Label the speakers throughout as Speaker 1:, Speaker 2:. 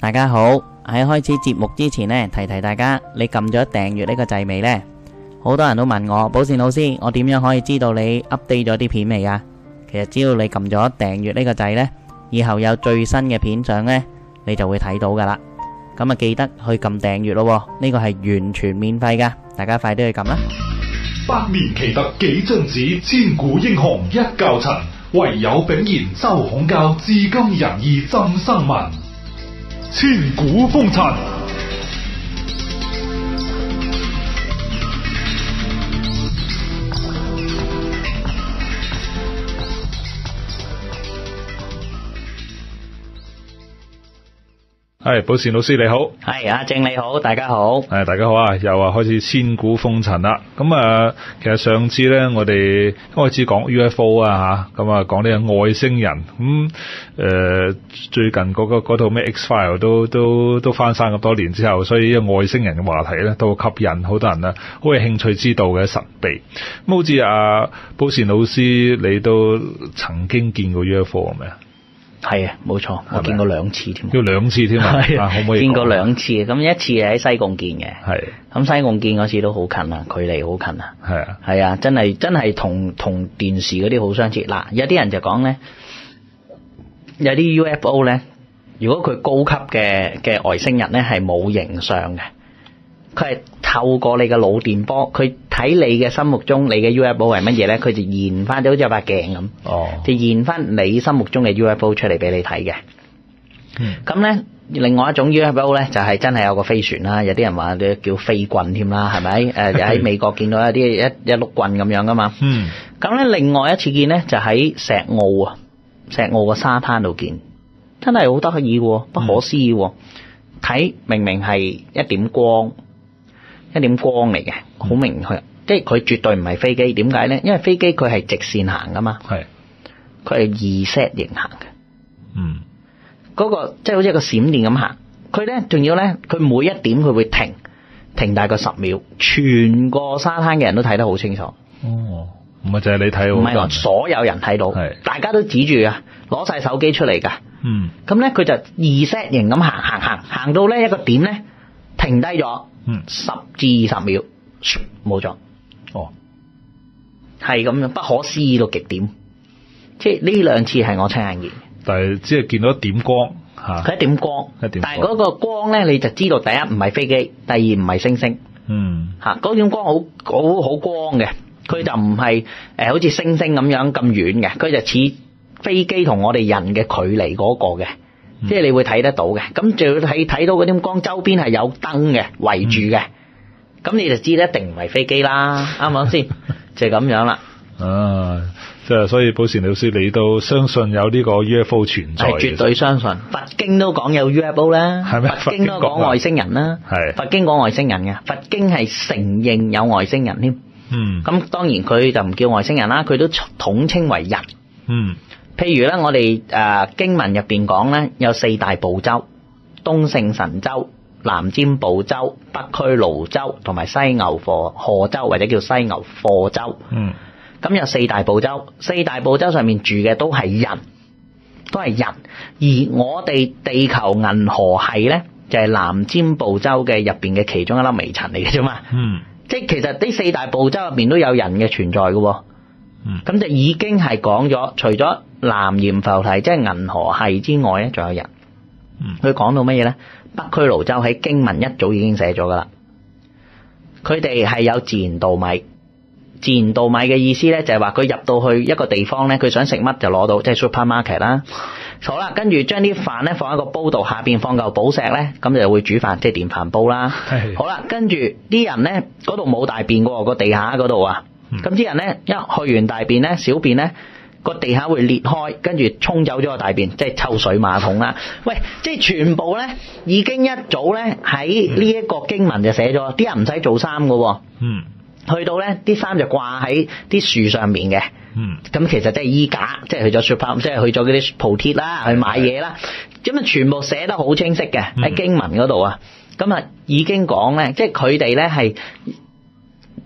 Speaker 1: 大家好，喺開始節目之前呢，提提大家，你撳咗訂閱呢個掣未呢？好多人都問我，寶善老師，我點樣可以知道你 update 咗啲片未啊？其實只要你撳咗訂閱呢個掣呢，以後有最新嘅片相呢，你就會睇到噶啦。咁啊，記得去撳訂閱咯喎，呢個係完全免費噶，大家快啲去撳啦！
Speaker 2: 百年奇特幾張紙，千古英雄一窖塵。唯有炳然周孔教，至今仁義浸生民。千古風塵，係寶善老師你好。
Speaker 1: 係阿正你好，大家好。
Speaker 2: 誒，大家好啊！又話開始千古風塵啦。咁啊，其實上次咧，我哋開始講 UFO 啊嚇，咁啊講呢個外星人。咁、嗯、誒、呃、最近嗰、嗰個嗰套咩 X File 都都都翻生咁多年之後，所以呢個外星人嘅話題咧都吸引好多人啦，好有興趣知道嘅神秘。咁、嗯、好似啊，寶善老師，你都曾經見過 UFO 係咪啊？
Speaker 1: 係啊，冇錯，
Speaker 2: 係咪
Speaker 1: 我見過兩次添。
Speaker 2: 要兩次添 啊！
Speaker 1: 係
Speaker 2: 啊可唔可以
Speaker 1: 見過
Speaker 2: 講
Speaker 1: 兩次，咁一次係喺西貢見嘅，
Speaker 2: 係
Speaker 1: 咁西貢見嗰次都好近啊，距離好近啊，
Speaker 2: 係啊，
Speaker 1: 係啊，真係真係同同電視嗰啲好相似。嗱，有啲人就講咧，有啲 UFO 咧，如果佢高級嘅嘅外星人咧係冇形相嘅，佢係透過你嘅腦電波，佢睇你嘅心目中你嘅 UFO 係乜嘢咧，佢就現翻咗好似有把鏡咁，
Speaker 2: 哦，
Speaker 1: 就現翻你心目中嘅 UFO 出嚟俾你睇嘅。
Speaker 2: 嗯
Speaker 1: 咁咧，另外一種 UFO 咧，就係、真係有個飛船啦，有啲人話你叫飛棍添啦，係咪？誒、又喺美國見到有啲一一碌棍咁樣噶嘛。
Speaker 2: 嗯，
Speaker 1: 咁咧，另外一次見咧，就喺石澳啊，石澳個沙灘度見，真係好得意喎，不可思議喎！睇、明明係一點光，一點光嚟嘅，好明確，即係佢絕對唔係飛機。點解咧？因為飛機佢係直線行噶嘛，
Speaker 2: 係，
Speaker 1: 佢係二 set 型行嘅。
Speaker 2: 嗯，
Speaker 1: 嗰、個即係好似一個閃電咁行。佢咧仲要咧，佢每一點佢會停，停大概十秒，全個沙灘嘅人都睇得好清楚，
Speaker 2: 哦，唔係就係你睇
Speaker 1: 唔
Speaker 2: 好多
Speaker 1: 係
Speaker 2: 人
Speaker 1: 我
Speaker 2: 睇
Speaker 1: 所有人睇到
Speaker 2: 係，
Speaker 1: 大家都指住啊，攞晒手機出嚟㗎。
Speaker 2: 嗯。
Speaker 1: 咁咧佢就二 set 型咁行行行，行到咧一個點咧停低咗
Speaker 2: 嗯，
Speaker 1: 十至二十秒，咻冇咗，
Speaker 2: 哦，
Speaker 1: 係咁樣不可思議到極點。即係呢兩次係我親眼見，
Speaker 2: 但係只係見到一點光嚇，
Speaker 1: 佢一點光，
Speaker 2: 啊一點光
Speaker 1: 但係嗰個光咧你就知道第一唔係飛機，第二唔係星星。
Speaker 2: 嗯，
Speaker 1: 嚇，嗰種光好好好光嘅，佢就唔係誒好似星星咁樣咁遠嘅，佢就似飛機同我哋人嘅距離嗰個嘅，
Speaker 2: 嗯
Speaker 1: 即係你會睇得到嘅。咁仲要睇睇到嗰啲光周邊係有燈嘅圍住
Speaker 2: 嗯
Speaker 1: 嘅，咁、你就知一定唔係飛機啦，啱唔啱 先？就係咁樣啦，
Speaker 2: 啊，即係所以寶善老師你都相信有呢個 UFO 存在
Speaker 1: 係
Speaker 2: 嘅，
Speaker 1: 絕對相信。佛經都講有 UFO 啦，
Speaker 2: 係咩
Speaker 1: 佛經都
Speaker 2: 佛經講
Speaker 1: 講
Speaker 2: 啊
Speaker 1: 外星人啦，
Speaker 2: 係
Speaker 1: 佛經講外星人嘅，佛經係承認有外星人添。
Speaker 2: 嗯
Speaker 1: 咁當然佢就唔叫外星人啦，佢都統稱為人。
Speaker 2: 嗯
Speaker 1: 譬如咧，我哋誒、呃經文入邊講咧，有四大部洲：東勝神州、南瞻部洲、北區瀘州同埋西牛貨賀州，或者叫西牛貨州。
Speaker 2: 嗯
Speaker 1: 咁有四大部洲，四大部洲上面住嘅都係人，都係人。而我哋地球銀河系咧，就係、南瞻部洲嘅入邊嘅其中一粒微塵嚟嘅啫嘛。
Speaker 2: 嗯
Speaker 1: 即係其實呢四大部洲入邊都有人嘅存在嘅喎，
Speaker 2: 嗯
Speaker 1: 咁就已經係講咗，除咗南鹽浮提即係銀河系之外咧，仲有人。
Speaker 2: 嗯
Speaker 1: 佢講到乜嘢呢？北區瀘州喺經文一早已經寫咗噶啦，佢哋係有自然稻米。自然稻米嘅意思呢，就係話佢入到去一個地方呢，佢想食乜就攞到，即係 supermarket 啦。好啦，跟住將啲飯呢放喺個煲度，下邊放嚿寶石呢，咁就會煮飯，即係電飯煲啦。
Speaker 2: 係
Speaker 1: 好啦，跟住啲人呢，嗰度冇大便嘅喎，個地下嗰度啊。
Speaker 2: 嗯
Speaker 1: 咁啲人呢，一去完大便呢，小便呢，個地下會裂開，跟住沖走咗個大便，即係抽水馬桶啦。喂，即係全部呢，已經一早呢，喺呢一個經文就寫咗，啲人唔使做衫嘅喎。
Speaker 2: 嗯
Speaker 1: 去到呢啲衫就掛喺啲樹上面嘅。
Speaker 2: 嗯
Speaker 1: 咁其實即係衣架，即係去咗 super，即係去咗嗰啲鋪貼啦，去買嘢啦。咁啊，全部寫得好清晰嘅
Speaker 2: 嗯
Speaker 1: 喺經文嗰度啊。咁啊，已經講咧，即係佢哋咧係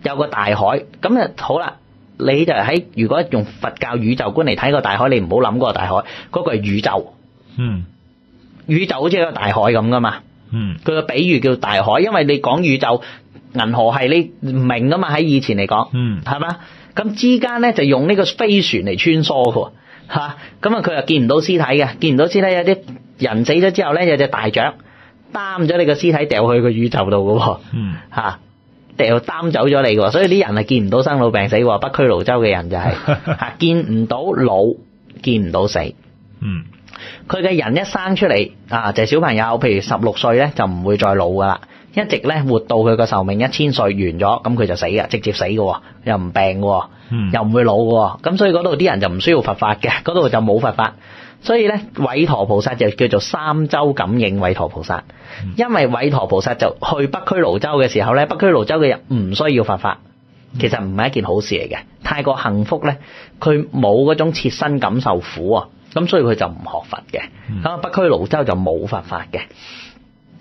Speaker 1: 有個大海。咁啊，好啦，你就喺如果用佛教宇宙觀嚟睇個大海，你唔好諗嗰個大海，嗰、個係宇宙。
Speaker 2: 嗯
Speaker 1: 宇宙好似一個大海咁噶嘛，
Speaker 2: 嗯
Speaker 1: 佢個比喻叫大海，因為你講宇宙銀河系你唔明噶嘛，喺以前嚟講。
Speaker 2: 嗯
Speaker 1: 係嘛？咁之間咧就用呢個飛船嚟穿梭嘅喎，嚇咁啊佢又見唔到屍體嘅，見唔到屍體有啲人死咗之後咧有隻大雀擔咗你個屍體掉去個宇宙度嘅喎，
Speaker 2: 嗯
Speaker 1: 嚇掉擔走咗你嘅喎，所以啲人係見唔到生老病死喎，北區瀘州嘅人就係、嚇見唔到老，見唔到死。
Speaker 2: 嗯
Speaker 1: 佢嘅人一生出嚟啊，就係小朋友，譬如十六歲咧就唔會再老噶啦，一直咧活到佢個壽命一千歲完咗，咁佢就死嘅，直接死嘅喎，又唔病嘅喎，
Speaker 2: 嗯
Speaker 1: 又唔會老嘅喎，咁所以嗰度啲人就唔需要佛法嘅， 嗰度就冇佛法。所以咧，韋陀菩薩就叫做三洲感應韋陀菩薩，因為韋陀菩薩就去北區瀘州嘅時候咧，北區瀘州嘅人唔需要佛法，其實唔係一件好事嚟嘅。太過幸福咧，佢冇嗰種切身感受苦啊，咁所以佢就唔學佛嘅。咁啊，北區瀘州就冇佛法嘅。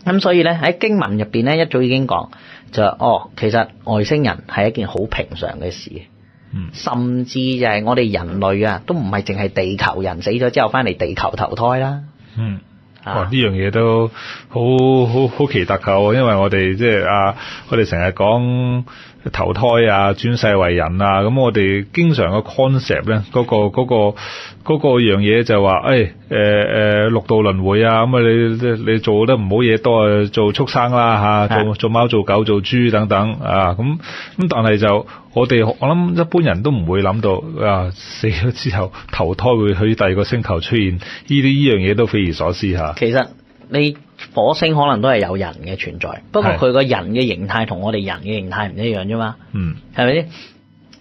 Speaker 1: 咁所以咧喺經文入邊咧，一早已經講就話哦，其實外星人係一件好平常嘅事，
Speaker 2: 嗯
Speaker 1: 甚至就係我哋人類啊，都唔係淨係地球人死咗之後翻嚟地球投胎啦。
Speaker 2: 嗯。哇！
Speaker 1: 啊
Speaker 2: 呢樣嘢都好好好奇特㗎喎，因為我哋即係啊，我哋成日講投胎啊、轉世為人啊，咁我哋經常個 concept 咧，嗰、個嗰、個嗰、個樣嘢就話，哎誒誒誒六道輪迴啊，咁啊你你做得唔好嘢多啊，做畜生啦嚇，
Speaker 1: 啊
Speaker 2: 做做貓、做狗、做豬等等啊，咁咁但係就我哋我諗一般人都唔會諗到啊死咗之後投胎會去第二個星球出現，呢啲呢樣嘢都匪夷所思嚇。
Speaker 1: 其實你火星可能都係有人嘅存在，不過佢個人嘅形態同我哋人嘅形態唔一樣啫嘛，
Speaker 2: 嗯
Speaker 1: 係咪先？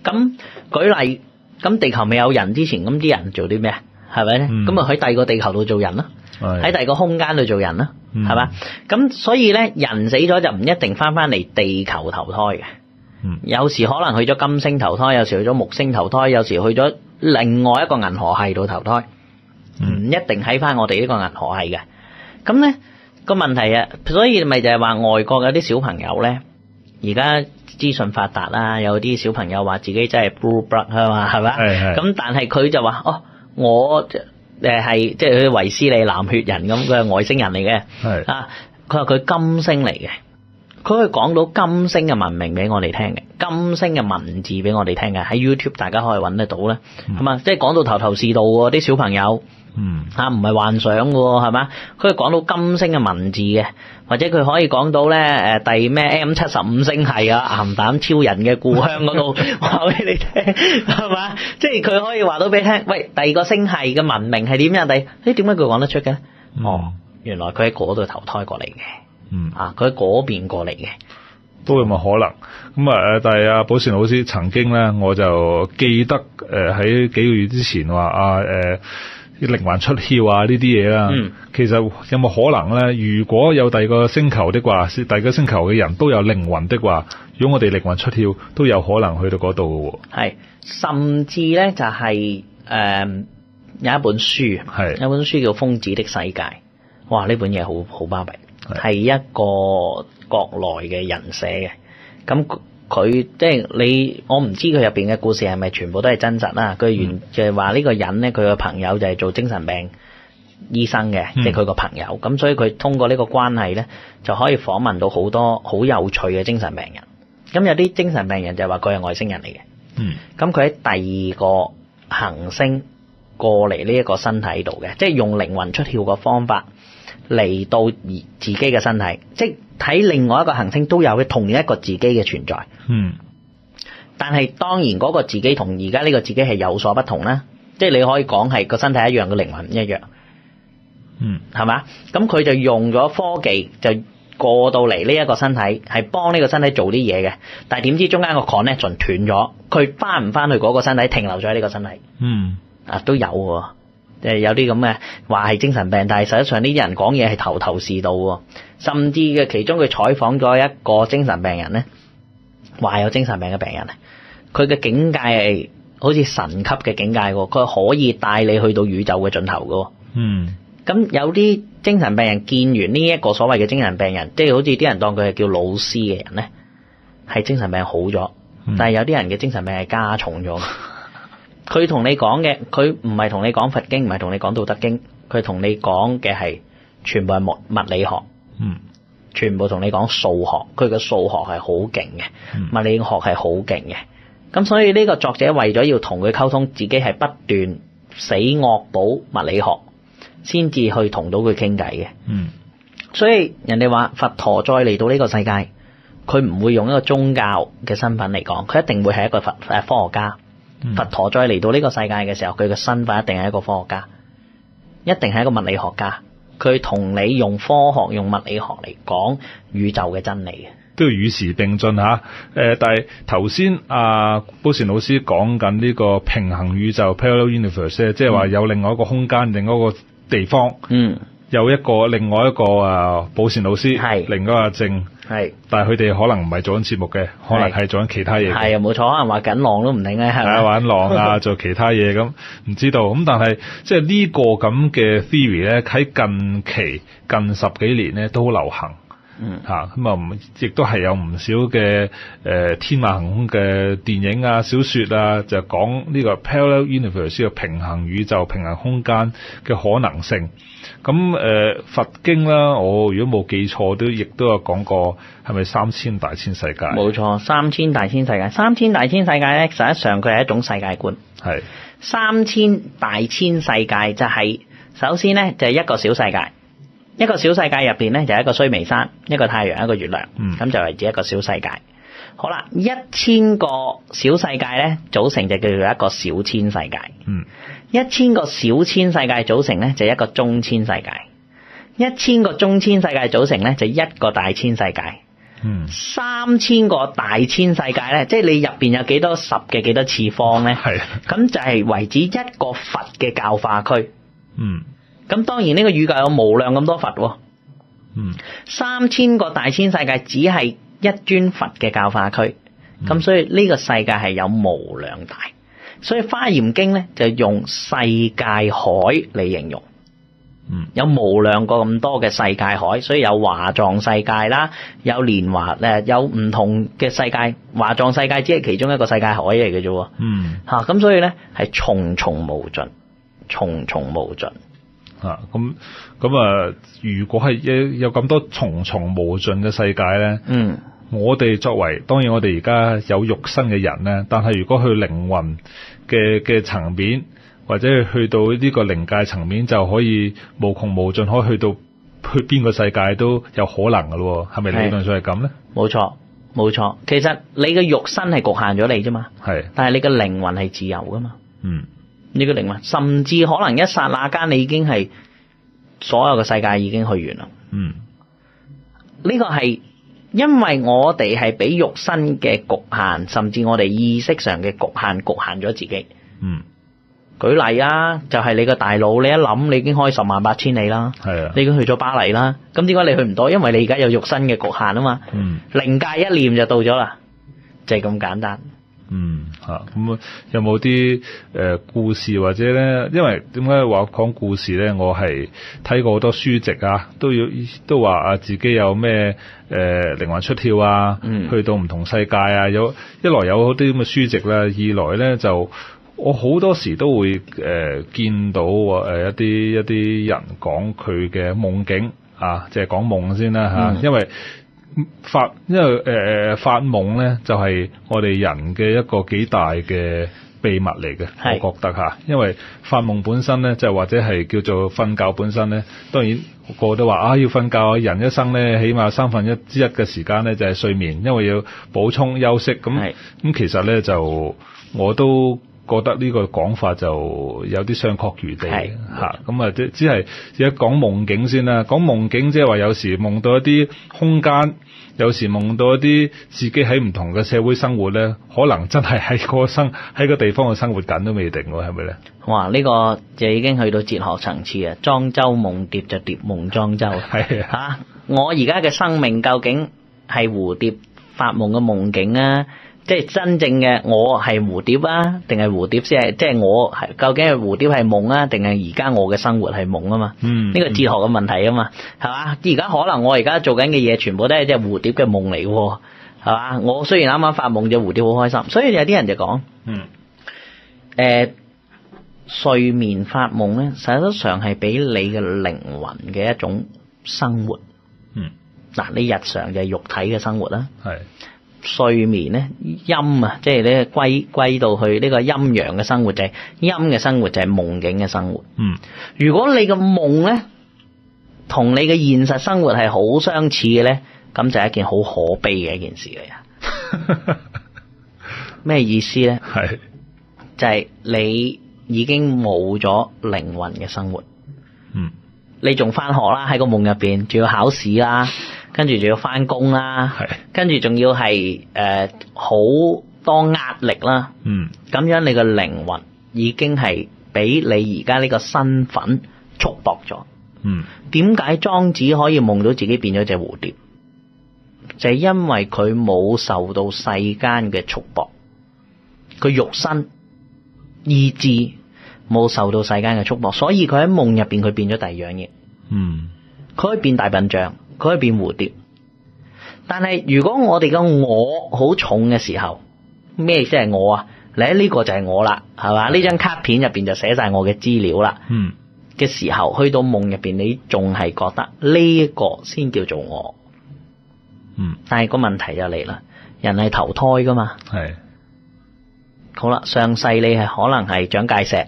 Speaker 1: 咁舉例，咁地球未有人之前，咁啲人做啲咩啊？係咪咧？
Speaker 2: 嗯
Speaker 1: 咁啊喺第二個地球度做人啦，
Speaker 2: 係
Speaker 1: 喺第二個空間度做人啦，
Speaker 2: 嗯
Speaker 1: 係嘛？咁所以咧，人死咗就唔一定翻翻嚟地球投胎嘅。
Speaker 2: 嗯
Speaker 1: 有時可能去咗金星投胎，有時去咗木星投胎，有時去咗另外一個銀河系度投胎，唔、
Speaker 2: 嗯
Speaker 1: 一定喺翻我哋呢個銀河系嘅。咁呢個問題啊，所以咪就係話外國有啲小朋友呢，而家資訊發達啦，有啲小朋友話自己真係 blue blood 啊嘛，係咪？
Speaker 2: 係係
Speaker 1: 咁但係佢就話哦，我誒係即係佢維斯利藍血人咁，佢係外星人嚟嘅。
Speaker 2: 係
Speaker 1: 啊，佢話佢金星嚟嘅，佢可以講到金星嘅文明俾我哋聽嘅，金星嘅文字俾我哋聽嘅，喺 YouTube 大家可以揾得到咧，係嘛、即係講到頭頭是道喎，啲小朋友
Speaker 2: 嗯
Speaker 1: 嚇唔係幻想嘅喎，係嘛？佢係講到金星嘅文字嘅，或者佢可以講到咧誒、呃第咩 M 七十五星系啊，鹹蛋超人嘅故鄉嗰度話俾你聽，係嘛？即係佢可以話到俾你聽，喂，第二個星系嘅文明係點樣？第咦點解佢講得出嘅？哦，原來佢喺嗰度投胎過嚟嘅，
Speaker 2: 嗯，
Speaker 1: 啊，佢喺嗰邊過嚟嘅，
Speaker 2: 都有冇可能咁啊？誒但係阿寶善老師曾經咧，我就記得誒呃喺、幾個月之前話啊誒。靈魂出竅啊！呢啲嘢啦，
Speaker 1: 嗯
Speaker 2: 其實有冇可能呢？如果有第二個星球的話，是第二個星球嘅人都有靈魂的話，如果我哋靈魂出竅，都有可能去到嗰度
Speaker 1: 係，甚至咧就係、誒有一本書，啊
Speaker 2: 係
Speaker 1: 有一本書叫《瘋子的世界》，哇！呢本嘢好好巴閉，
Speaker 2: 係
Speaker 1: 係一個國內嘅人寫嘅，咁佢即係你，我唔知佢入邊嘅故事係咪全部都係真實啦。佢
Speaker 2: 嗯
Speaker 1: 原就係話呢個人咧，佢個朋友就係做精神病。醫生嘅，
Speaker 2: 嗯
Speaker 1: 即係佢個朋友，咁所以佢通過呢個關係呢，就可以訪問到好多好有趣嘅精神病人。咁有啲精神病人就話佢係外星人嚟嘅，
Speaker 2: 喎。嗯
Speaker 1: 咁佢喺第二個行星過嚟呢一個身體度嘅，即係用靈魂出竅嘅方法嚟到而自己嘅身體，即係睇另外一個行星都有嘅同一個自己嘅存在，
Speaker 2: 嗯
Speaker 1: 但係當然嗰個自己同而家呢個自己係有所不同啦，即係你可以講係個身體一樣，個靈魂唔一樣。
Speaker 2: 嗯
Speaker 1: 係嘛？咁佢就用咗科技就過到嚟呢一個身體，係幫呢個身體做啲嘢嘅。但係點知中間個 connection 斷咗，佢翻唔翻去嗰個身體，停留咗喺呢個身體
Speaker 2: 嗯
Speaker 1: 啊都有喎。誒有啲咁嘅話係精神病，但係實際上呢啲人講嘢係頭頭是道喎。甚至嘅其中佢採訪咗一個精神病人咧，話有精神病嘅病人啊，佢嘅境界係好似神級嘅境界喎，佢可以帶你去到宇宙嘅盡頭嘅喎。
Speaker 2: 嗯
Speaker 1: 咁有啲精神病人見完呢一個所謂嘅精神病人，即係好似啲人當佢係叫老師嘅人咧，係精神病好咗，
Speaker 2: 嗯
Speaker 1: 但係有啲人嘅精神病係加重咗。佢同你講嘅，佢唔係同你講佛經，唔係同你講道德經，佢同你講嘅係全部係物物理學，
Speaker 2: 嗯
Speaker 1: 全部同你講數學，佢嘅數學係好勁嘅，
Speaker 2: 嗯
Speaker 1: 物理學係好勁嘅。咁所以呢個作者為咗要同佢溝通，自己係不斷死惡補物理學，先至去同到佢傾偈嘅。
Speaker 2: 嗯
Speaker 1: 所以人哋話佛陀再嚟到呢個世界，佢唔會用一個宗教嘅身份嚟講，佢一定會係一個佛誒科學家。
Speaker 2: 嗯
Speaker 1: 佛陀再嚟到呢個世界嘅時候，佢嘅身份一定係一個科學家，一定係一個物理學家。佢同你用科學、用物理學嚟講宇宙嘅真理
Speaker 2: 都要與時並進嚇。誒、呃但係頭先阿寶善老師講緊呢個平衡宇宙 （parallel universe） 咧，即係話
Speaker 1: 嗯
Speaker 2: 有另外一個空間，另外一個地方，
Speaker 1: 嘅。嗯，
Speaker 2: 有一個另外一個啊寶善老師，
Speaker 1: 係
Speaker 2: 另外一個正，
Speaker 1: 係
Speaker 2: 但係佢哋可能唔係做緊節目嘅，可能係做緊其他嘢嘅。
Speaker 1: 係啊，冇錯，可能話緊浪都唔定咧，係
Speaker 2: 係啊，
Speaker 1: 咪？
Speaker 2: 玩浪 啊，做其他嘢咁，唔知道。咁但係即係呢個咁嘅 theory 咧，喺近期近十幾年咧都好流行。
Speaker 1: 嗯
Speaker 2: 嚇咁啊，唔亦都係有唔少嘅誒、呃天馬行空嘅電影啊、小說啊，就講呢個 parallel universe 嘅平衡宇宙、平衡空間嘅可能性。咁誒、呃佛經啦，我如果冇記錯，都亦都有講過，係咪三千大千世界？
Speaker 1: 冇錯，三千大千世界，三千大千世界咧，實際上佢係一種世界觀。
Speaker 2: 係
Speaker 1: 三千大千世界就係、首先呢，就係、一個小世界，一個小世界入邊呢，就係一個須彌山、一個太陽、一個月亮，咁、
Speaker 2: 嗯
Speaker 1: 就為之一個小世界。好啦，一千個小世界呢，組成就叫做一個小千世界，
Speaker 2: 嗯
Speaker 1: 一千個小千世界組成呢，就一個中千世界，一千個中千世界組成呢，就一個大千世界。
Speaker 2: 嗯
Speaker 1: 三千個大千世界呢，即係你入邊有幾多十嘅幾多次方呢？
Speaker 2: 係
Speaker 1: 咁就係為止一個佛嘅教化區。
Speaker 2: 嗯
Speaker 1: 咁當然呢個宇宙有無量咁多佛喎，
Speaker 2: 嗯
Speaker 1: 三千個大千世界只係一尊佛嘅教化區。咁所以呢個世界係有無量大，所以《華嚴經》呢，就用世界海嚟形容。
Speaker 2: 嗯
Speaker 1: 有無量個咁多嘅世界海，所以有華藏世界啦，有連華誒，有唔同嘅世界。華藏世界只係其中一個世界海嚟嘅啫喎。
Speaker 2: 嗯
Speaker 1: 嚇啊咁、所以咧係重重無盡，重重無盡。
Speaker 2: 啊咁咁啊，如果係有有咁多重重無盡嘅世界咧。
Speaker 1: 嗯，
Speaker 2: 我哋作為當然我哋而家有肉身嘅人咧，但係如果去靈魂嘅嘅層面，或者去到呢個靈界層面，就可以無窮無盡，可以去到去邊個世界都有可能噶咯喎，係咪
Speaker 1: 係
Speaker 2: 理論上係咁咧？
Speaker 1: 冇錯冇錯。其實你嘅肉身係局限咗你啫嘛，
Speaker 2: 係，
Speaker 1: 但係你嘅靈魂係自由噶嘛。
Speaker 2: 嗯
Speaker 1: 你嘅靈魂甚至可能一剎那間，你已經係所有嘅世界已經去完啦。
Speaker 2: 嗯
Speaker 1: 呢個係因為我哋係俾肉身嘅局限，甚至我哋意識上嘅局限局限咗自己。
Speaker 2: 嗯，
Speaker 1: 舉例啊，就係、你個大腦，你一諗你已經開十萬八千里啦，
Speaker 2: 係啊
Speaker 1: 你，已經去咗巴黎啦。咁點解你去唔到？因為你而家有肉身嘅局限啊嘛。
Speaker 2: 嗯
Speaker 1: 靈界一念就到咗啦，就係、咁簡單。
Speaker 2: 嗯嚇，咁啊有冇啲誒故事或者咧？因為點解話講故事咧？我係睇過好多書籍啊，都要都話啊自己有咩誒、呃、靈魂出竅啊，
Speaker 1: 嗯
Speaker 2: 去到唔同世界啊，有一來有啲咁嘅書籍啦，二來咧就。我好多時都會誒、呃、見到誒、呃一啲一啲人講佢嘅夢境啊，即係講夢先啦嚇、
Speaker 1: 嗯
Speaker 2: 因為發因為誒、呃、發夢咧就係、我哋人嘅一個幾大嘅秘密嚟嘅，
Speaker 1: 係
Speaker 2: 我覺得嚇，因為發夢本身咧就或者係叫做瞓覺本身咧，當然個個都話啊要瞓覺啊，人一生咧起碼三分一之一嘅時間咧就係、睡眠，因為要補充休息咁。
Speaker 1: 係
Speaker 2: 咁其實咧就我都覺得呢個講法就有啲商榷餘地
Speaker 1: 係
Speaker 2: 嚇。咁啊，即只係而家講夢境先啦。講夢境即係話有時夢到一啲空間，有時夢到一啲自己喺唔同嘅社會生活咧，可能真係喺個生 喺個地方嘅生活緊都未定喎，係咪咧？
Speaker 1: 哇！呢、個就已經去到哲學層次啊！莊周夢蝶就蝶夢莊周 啊！
Speaker 2: 係啊，
Speaker 1: 吓、我而家嘅生命究竟係蝴蝶發夢嘅夢境啊，即係真正嘅我係蝴蝶啊，定係蝴蝶先係即係我係究竟係蝴蝶係夢啊，定係而家我嘅生活係夢啊嘛？
Speaker 2: 嗯，
Speaker 1: 呢個哲學嘅問題啊嘛，係嘛？而家可能我而家做緊嘅嘢全部都係只蝴蝶嘅夢嚟嘅喎，係嘛？我雖然啱啱發夢，隻蝴蝶好開心，所以有啲人就講。
Speaker 2: 嗯
Speaker 1: 誒、睡眠發夢咧，實質上係俾你嘅靈魂嘅一種生活。
Speaker 2: 嗯，
Speaker 1: 嗱，你日常就係肉體嘅生活啦。
Speaker 2: 係
Speaker 1: 睡眠咧陰啊，即係咧歸歸到去呢個陰陽嘅生活就係、陰嘅生活就係夢境嘅生活。
Speaker 2: 嗯
Speaker 1: 如果你嘅夢咧同你嘅現實生活係好相似嘅咧，咁就係一件好可悲嘅一件事嚟啊！咩意思咧？
Speaker 2: 係
Speaker 1: 就係、你已經冇咗靈魂嘅生活。
Speaker 2: 嗯
Speaker 1: 你仲翻學啦，喺個夢入邊，仲要考試啦，跟住仲要翻工啦
Speaker 2: 係，
Speaker 1: 跟住仲要係誒好多壓力啦，
Speaker 2: 嗯
Speaker 1: 咁樣你個靈魂已經係俾你而家呢個身份束縛咗。
Speaker 2: 嗯
Speaker 1: 點解莊子可以夢到自己變咗隻蝴蝶？就係、因為佢冇受到世間嘅束縛，佢肉身意志冇受到世間嘅束縛，所以佢喺夢入邊佢變咗第二樣嘢。
Speaker 2: 嗯
Speaker 1: 佢可以變大笨象，佢可以變蝴蝶。但係如果我哋嘅我好重嘅時候，咩先係我啊？你喺呢個就係我啦，係嘛？呢張卡片入邊就寫晒我嘅資料啦
Speaker 2: 嗯
Speaker 1: 嘅時候，去到夢入邊，你仲係覺得呢個先叫做我。
Speaker 2: 嗯
Speaker 1: 但係個問題就嚟啦，人係投胎噶嘛？
Speaker 2: 係
Speaker 1: 好啦，上世你係可能係蔣介石，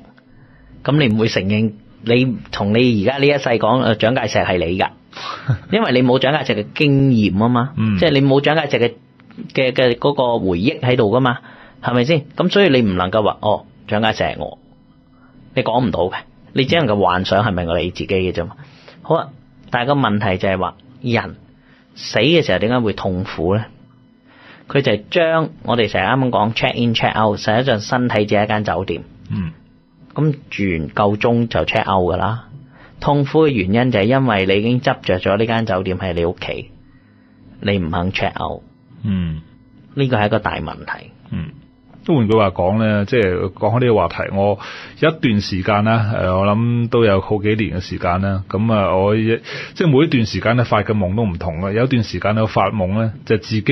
Speaker 1: 咁你唔會承認你同你而家呢一世講誒蔣介石係你㗎，因為你冇蔣介石嘅經驗啊嘛，
Speaker 2: 嗯
Speaker 1: 即係你冇蔣介石嘅嘅嘅嗰個回憶喺度㗎嘛，係咪先？咁所以你唔能夠話哦，蔣介石係我，你講唔到嘅，你只能夠幻想係咪我你自己嘅啫嘛。好啊，但係個問題就係話人死嘅時候點解會痛苦呢？佢就係將我哋成日啱啱講 check in check out，實際上身體只係一間酒店，
Speaker 2: 嗯
Speaker 1: 咁住完夠鐘就 check out 噶啦。痛苦嘅原因就係因為你已經執着咗呢間酒店係你屋企，你唔肯 check out，
Speaker 2: 嗯
Speaker 1: 呢個係一個大問題。
Speaker 2: 嗯。都換句話講咧，即係講開呢個話題，我有一段時間啦，誒、我諗都有好幾年嘅時間啦。咁啊，我一即係每一段時間咧發嘅夢都唔同嘅。有一段時間咧發夢咧，就自己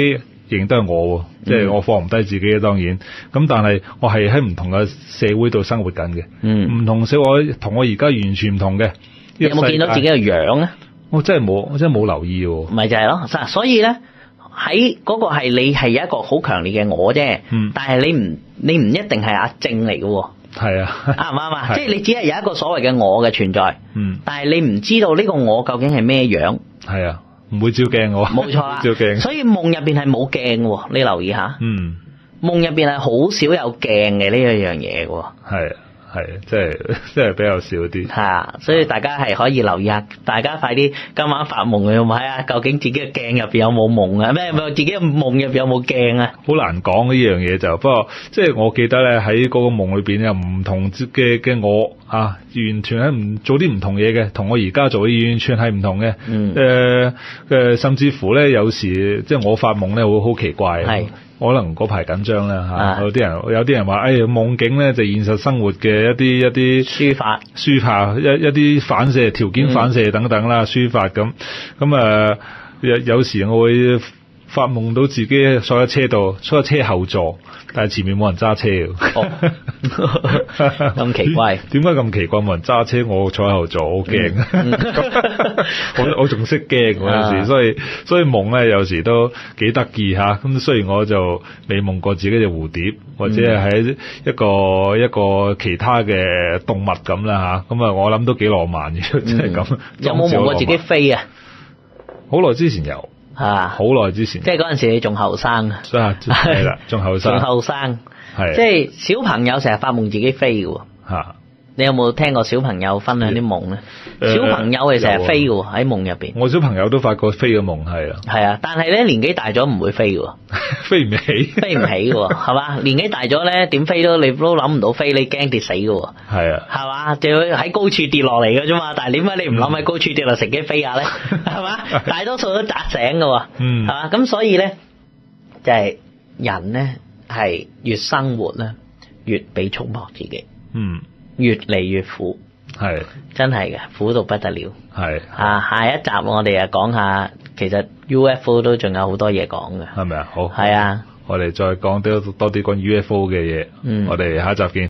Speaker 2: 認得係我喎，
Speaker 1: 嗯
Speaker 2: 即係我放唔低自己當然。咁但係我係喺唔同嘅社會度生活緊嘅，
Speaker 1: 嗯，
Speaker 2: 唔同社會同我而家完全唔同嘅。
Speaker 1: 你有冇見到自己？嘅樣啊？
Speaker 2: 我真係冇，我真係冇留意喎。
Speaker 1: 咪就係咯，嗱所以咧喺嗰個係你係有一個好強烈嘅我啫，
Speaker 2: 嗯
Speaker 1: 但係你唔你唔一定係阿正嚟嘅喎，
Speaker 2: 係啊，
Speaker 1: 啱唔啱啊？
Speaker 2: 係
Speaker 1: 即係你只係有一個所謂嘅我嘅存在。
Speaker 2: 嗯，
Speaker 1: 但係你唔知道呢個我究竟係咩樣，
Speaker 2: 係啊，唔會照鏡我，
Speaker 1: 冇錯啦
Speaker 2: 照。鏡。
Speaker 1: 所以夢入邊係冇鏡喎，你留意下，
Speaker 2: 嗯。
Speaker 1: 夢入邊係好少有鏡嘅呢一樣嘢嘅喎，
Speaker 2: 係係，即係 即係比較少啲。
Speaker 1: 係啊，所以大家係可以留意下，大家快啲今晚發夢去睇下，究竟自己嘅鏡入邊有冇夢啊？咩？自己嘅夢入邊有冇鏡啊？
Speaker 2: 好難講呢樣嘢就，不過即係我記得咧喺嗰個夢裏邊有唔同嘅嘅我啊，完全係唔做啲唔同嘢嘅，同我而家做嘅完全係唔同嘅。
Speaker 1: 嗯
Speaker 2: 誒、誒甚至乎咧有時即係我發夢咧會好奇怪。啊
Speaker 1: 係
Speaker 2: 可能嗰排緊張啦嚇，
Speaker 1: 啊
Speaker 2: 有啲人有啲人話，誒、哎、夢境咧就現實生活嘅一啲一啲
Speaker 1: 書法
Speaker 2: 抒發一一啲反射條
Speaker 1: 嗯
Speaker 2: 件反射等等啦，抒發咁咁啊，有有時我會發夢到自己坐喺車度，坐喺車後座，但係前面冇人揸車嘅。
Speaker 1: 哦咁奇怪。嗯
Speaker 2: 點解咁奇怪冇人揸車，我坐喺後座，好驚。 我我仲識驚嗰陣
Speaker 1: 啊
Speaker 2: 時，所以所以夢咧有時都幾得意嚇。咁雖然我就未夢過自己隻蝴蝶，或
Speaker 1: 嗯
Speaker 2: 者係喺一個一個其他嘅動物咁啦嚇。咁啊，我諗都幾浪漫嘅， 即係咁
Speaker 1: 嗯。有冇夢過自己飛啊？
Speaker 2: 好耐之前有，
Speaker 1: 啊
Speaker 2: 好，耐之前
Speaker 1: 即係嗰陣時你仲後生啊，
Speaker 2: 啊，係啦，仲後生
Speaker 1: 仲，後生，
Speaker 2: 係
Speaker 1: 即係小朋友成日發夢自己飛嘅喎。
Speaker 2: 嚇。
Speaker 1: 你有冇聽過小朋友分享啲夢咧？
Speaker 2: 誒
Speaker 1: 小朋友係成日飛嘅喎，喺夢入邊。
Speaker 2: 我小朋友都發過飛嘅夢係啊，
Speaker 1: 係啊，但係咧年紀大咗唔會飛嘅喎，
Speaker 2: 飛唔 起，
Speaker 1: 飛唔起嘅喎，係嘛？年紀大咗咧點飛都你都諗唔到飛，你驚跌死嘅喎，
Speaker 2: 係啊。
Speaker 1: 係嘛？就要喺高處跌落嚟嘅啫嘛。但係點解你唔諗喺高處跌落乘機飛下咧？係嘛？大多數都砸醒嘅喎，係
Speaker 2: 嗯
Speaker 1: 嘛？咁所以咧就係人咧係越生活咧越俾束縛自己，
Speaker 2: 嗯，
Speaker 1: 越嚟越苦，
Speaker 2: 係
Speaker 1: 真係嘅苦到不得了。
Speaker 2: 係
Speaker 1: 啊，下一集我哋啊講下，其實 UFO 都仲有好多嘢講嘅。
Speaker 2: 係咪啊？好，
Speaker 1: 係啊。
Speaker 2: 我哋再講多多啲關於 UFO 嘅嘢，
Speaker 1: 嗯
Speaker 2: 我哋下一集見。